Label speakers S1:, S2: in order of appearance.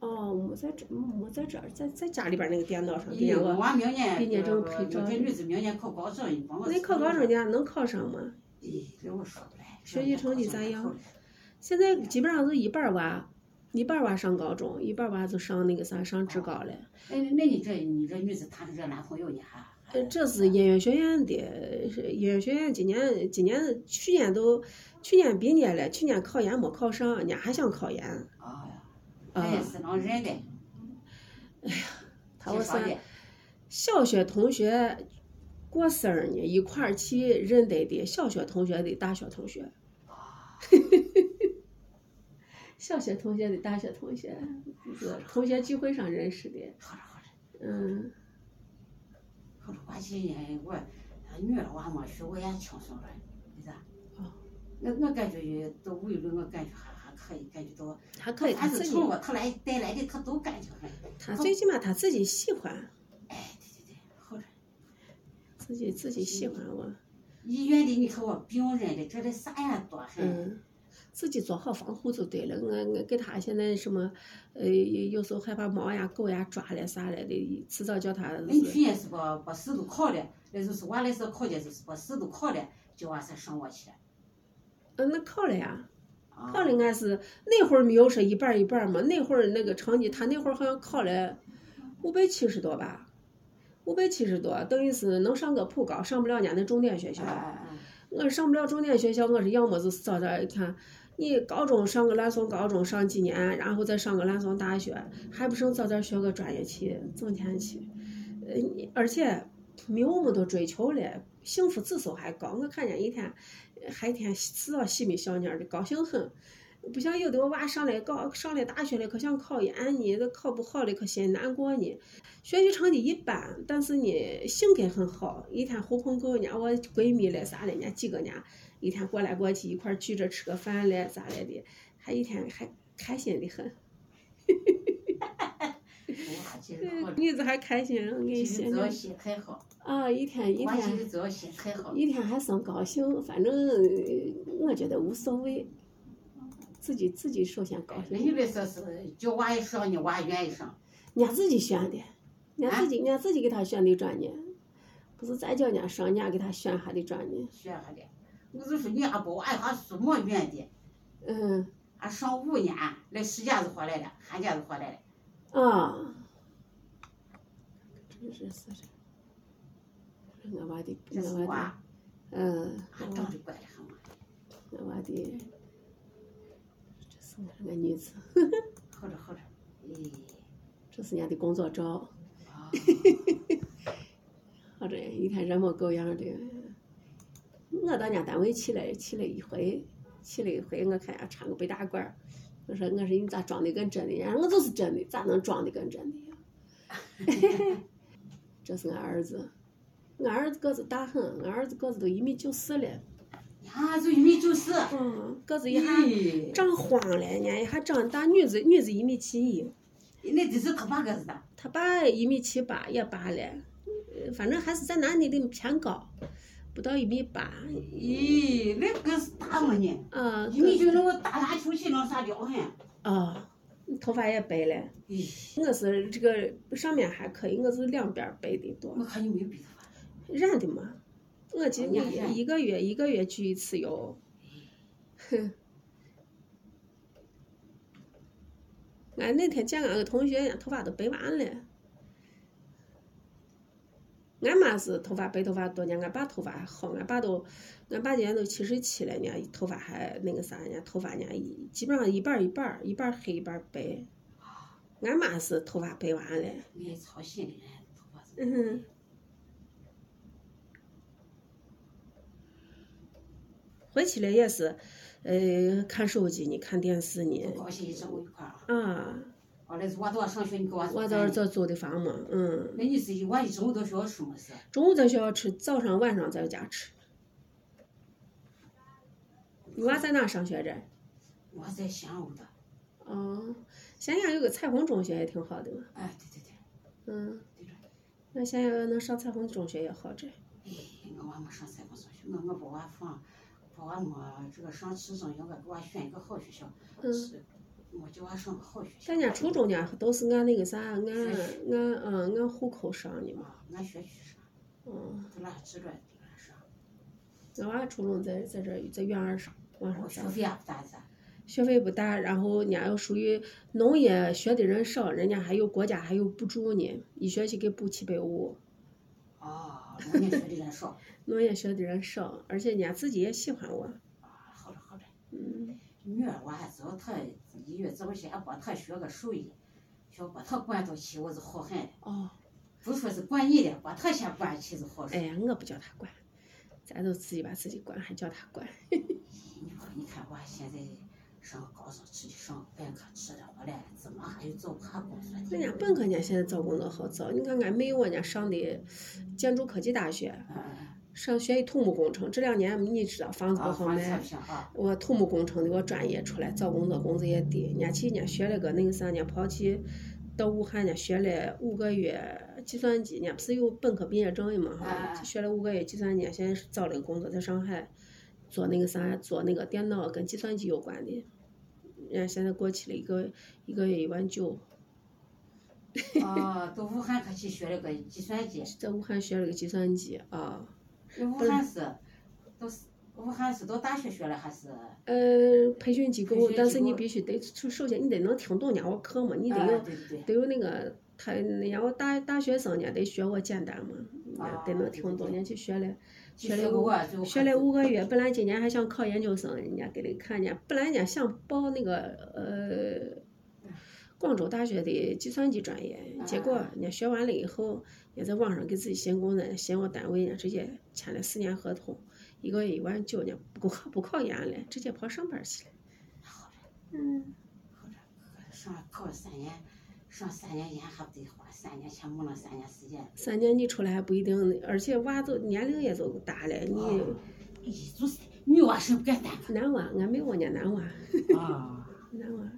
S1: 哦在这没在这儿，在在家里边儿那个电脑上
S2: 因为
S1: 练
S2: 我
S1: 过。
S2: 娃明年，
S1: 今年正
S2: 我
S1: 陪
S2: 我
S1: 着
S2: 这女子明年考高中，帮我。
S1: 那考高中人，家能考上吗？
S2: 哎，跟我说不来。
S1: 学习成绩咋样？现在基本上是一半儿娃，一半儿娃上高中，一半儿娃就上那个啥上职高了。
S2: 哎，那你这你这女子谈热男朋友呢？
S1: 呃，这是音乐学院的，是音乐学院今年今年去年都去年毕业了，去年考研没考上，人家还想考研。
S2: 啊呀，
S1: 啊哎
S2: 那也是能忍的，
S1: 他
S2: 挺
S1: 说
S2: 少
S1: 是
S2: 的。
S1: 小学同学过生日呢，一块儿去认得的小学同学的大学同学，小学同学的大学同学，就是同学聚会上认识的。
S2: 好了好了，
S1: 嗯，
S2: 好了，我今年我俺女儿娃嘛，学我也轻松了，你知道？
S1: 哦
S2: 我我感觉到五六我感觉还还可以，感觉到
S1: 还可以，他
S2: 凡
S1: 自己，
S2: 是从我他来带来的，他都感觉很。
S1: 他最起码他自己喜欢，
S2: 哎，对对对，好了。
S1: 自己自己喜欢我。
S2: 医院里你看我病人的，这里啥样多很。
S1: 嗯，自己做好防护就对了。我我给他现在什么，呃，有时候害怕猫呀、狗呀抓了啥了的，迟早叫他
S2: 人
S1: 是
S2: 去也是把把事都考了，那就是娃来是考的，就是把事都考了，叫娃才上我去了。
S1: 嗯，那考了呀，
S2: 啊
S1: 考了，俺是那会儿没有说一半儿一半儿嘛，那会儿那个成绩，他那会儿好像考了五百七十多吧，五百七十多，等于是能上个普高，上不了人家那重点学校。
S2: 啊
S1: 嗯我上不了重点学校，我是要么就是找点看，你高中上个南宋高中上几年，然后再上个南宋大学，还不成早点学个专业去挣钱去。呃，你而且没有那么多追求了，幸福指数还高。我看见一天，呃还一天知道西米小妮儿的高兴很。不像有的娃上来高上了大学了，可想考研呢，这考不好了可心难过呢。学习成绩一般，但是呢，性格很好。一天狐朋狗友，人家我闺蜜嘞啥嘞，人家几个人家一天过来过去一块儿聚着吃个饭嘞啥嘞的，还一天还开心的 很。
S2: 我还其实好，
S1: 女子还开心，我给你
S2: 其
S1: 写
S2: 实主
S1: 呢
S2: 要心态好，
S1: 啊，一天一
S2: 娃其
S1: 天
S2: 实主要心态好。
S1: 一天还算高兴，反正呃我觉得无所谓，自己自己首先高
S2: 人家
S1: 兴，
S2: 来说是叫娃一上，你娃愿意上。
S1: 人家自己选的，人家自己人
S2: 哎
S1: 家自己给他选的专业，不是咱叫人家上，人家给他选他的专业，
S2: 学啥的？我就说你俺把娃还是没远的，
S1: 嗯
S2: 俺上五年，来暑假就回来了，寒假就回来了。
S1: 啊，真是是的，我娃的
S2: 这是
S1: 我娃
S2: 娃，
S1: 的，嗯，
S2: 俺长得乖得很嘛。
S1: 我娃的，这是我那个女子，
S2: 好着好着，哎。
S1: 这是人家的工作照。
S2: 啊，
S1: 好着，啊一看人模狗样的。我到人家单位去了，去了一回，去了一回，我看人家穿个白大褂儿，我说我说你咋装的跟真的一样？我就是真的，咋能装的跟真的一样？ 这是俺儿子，俺儿子个子大很，俺儿子个子都一米九四了，
S2: 呀，就一米九四，
S1: 嗯，个子一下
S2: 咦，
S1: 长荒了，人家一下长大，女子女子一米七一，
S2: 那得是他爸个子的，
S1: 他爸一米七八也罢了，呃反正还是在男的里偏高，不到一米八，
S2: 咦，那个是大么呢？
S1: 啊，
S2: 一米九那我打篮球去能啥了很？
S1: 啊，头发也白了。
S2: 咦，
S1: 我是这个上面还可以，我是两边儿白的
S2: 我
S1: 多，
S2: 看你没有比他晚。
S1: 染的嘛。我今
S2: 哦染
S1: 年一个月一个月去一次油。哼。俺哎那天见俺个同学，人家头发都白完了。俺妈是头发白头发多呢，俺爸头发还好，俺爸都，俺爸今年都七十七了，人家头发还那个啥，人家头发人家一基本上一半儿一半儿，一半儿黑一半儿白。俺妈是头发白完了，
S2: 你也操心了，俺头发是。
S1: 嗯，回去了也是，呃，看手机呢，看电视呢，
S2: 高兴一上午一块儿啊！
S1: 啊，
S2: 我来是我到上学，你给我。
S1: 我早上。早租的房嘛，嗯，
S2: 那你是一晚一中午到学校吃么事？
S1: 中午在学校吃，早上晚上在家吃。你娃在哪上学着？
S2: 我在乡下的。
S1: 哦，咸阳有个彩虹中学也挺好的嘛，
S2: 哎，对对对，
S1: 嗯，
S2: 对了。
S1: 那咸阳要能上彩虹中学也好着，
S2: 哎，我娃没上三个小学，我我把娃放，把娃没这个上初中，要我给娃选一个好学校，
S1: 嗯
S2: 是没叫我上个好学校。
S1: 咱家初中呢都是按那个啥，按
S2: 学区
S1: 按嗯按户口上的嘛，
S2: 啊，俺学区上，
S1: 嗯，
S2: 都拉自转地方上，
S1: 俺娃初中在在这儿在院儿上往上
S2: 我学
S1: 上，
S2: 哦费也不咋咋。
S1: 学费不大，然后人家又属于农业学的人少，人家还有国家还有补助呢，一学期给补七百五。
S2: 哦，农业学的人少。
S1: 农业学的人少，而且人家自己也喜欢我，
S2: 啊，好了好了，
S1: 嗯，
S2: 女儿我还知道她一月早些把她学个手艺，要把她管到起我是好狠的，
S1: 哦，
S2: 不说是管你的，把她先管起是好事。
S1: 哎呀，我不叫他管，咱都自己把自己管，还叫他管。
S2: 你说，你看我现在上高中去上本科去了，回来怎么还有找不下工作
S1: 人
S2: 的？
S1: 家本科人家现在找工作好找，你看俺妹我人家上的建筑科技大学，
S2: 嗯，
S1: 上学的土木工程，这两年你知道房子不
S2: 啊，
S1: 好
S2: 房子
S1: 卖
S2: 不。行啊，
S1: 我土木工程的，我专业出来找工作，工资也低。人家去，人家学了个那个啥，人家跑去到武汉，人家学了五个月计算机，人家不是有本科毕业证的嘛
S2: 啊
S1: 哈，
S2: 啊
S1: 学了五个月计算机，人家现在是找了个工作，在上海做那个啥，做那个电脑跟计算机有关的。人家现在过去了一个一个月一万九，
S2: 啊，到武汉可去学了个计算机，
S1: 在武汉学了个计算机啊，
S2: 那武汉是，都是武汉是到大学学了还是？
S1: 呃，培训机
S2: 培
S1: 构
S2: 训，
S1: 但
S2: 机
S1: 是你
S2: 构
S1: 必须得，首首先你得能听懂人家我课嘛，你得
S2: 啊
S1: 有。
S2: 对对对。
S1: 得有那个他人家我大大学生呢，得学我简单嘛，
S2: 啊
S1: 得能
S2: 对
S1: 听
S2: 对
S1: 懂，
S2: 对
S1: 人家去学了，
S2: 就
S1: 学了
S2: 学
S1: 五
S2: 过啊就
S1: 学
S2: 考
S1: 了
S2: 试
S1: 五个月，本来今年还想考研究生，人家给他看见，本来人家想报那个呃广州大学的计算机专业，结果
S2: 啊
S1: 人家学完了以后，也在网上给自己寻工作，寻我单位，人家直接签了四年合同，一个月一万九，人家不考不考研了，直接跑上班去了。
S2: 好着
S1: 嗯，
S2: 好着，上考三年，上三年研还不得花三年钱，没了三年时间。
S1: 三年级出来还不一定，而且娃都年龄也都大了，你。
S2: 啊哎，就是女娃是不敢担
S1: 啊男娃，俺没有我家男娃，
S2: 啊，
S1: 男娃，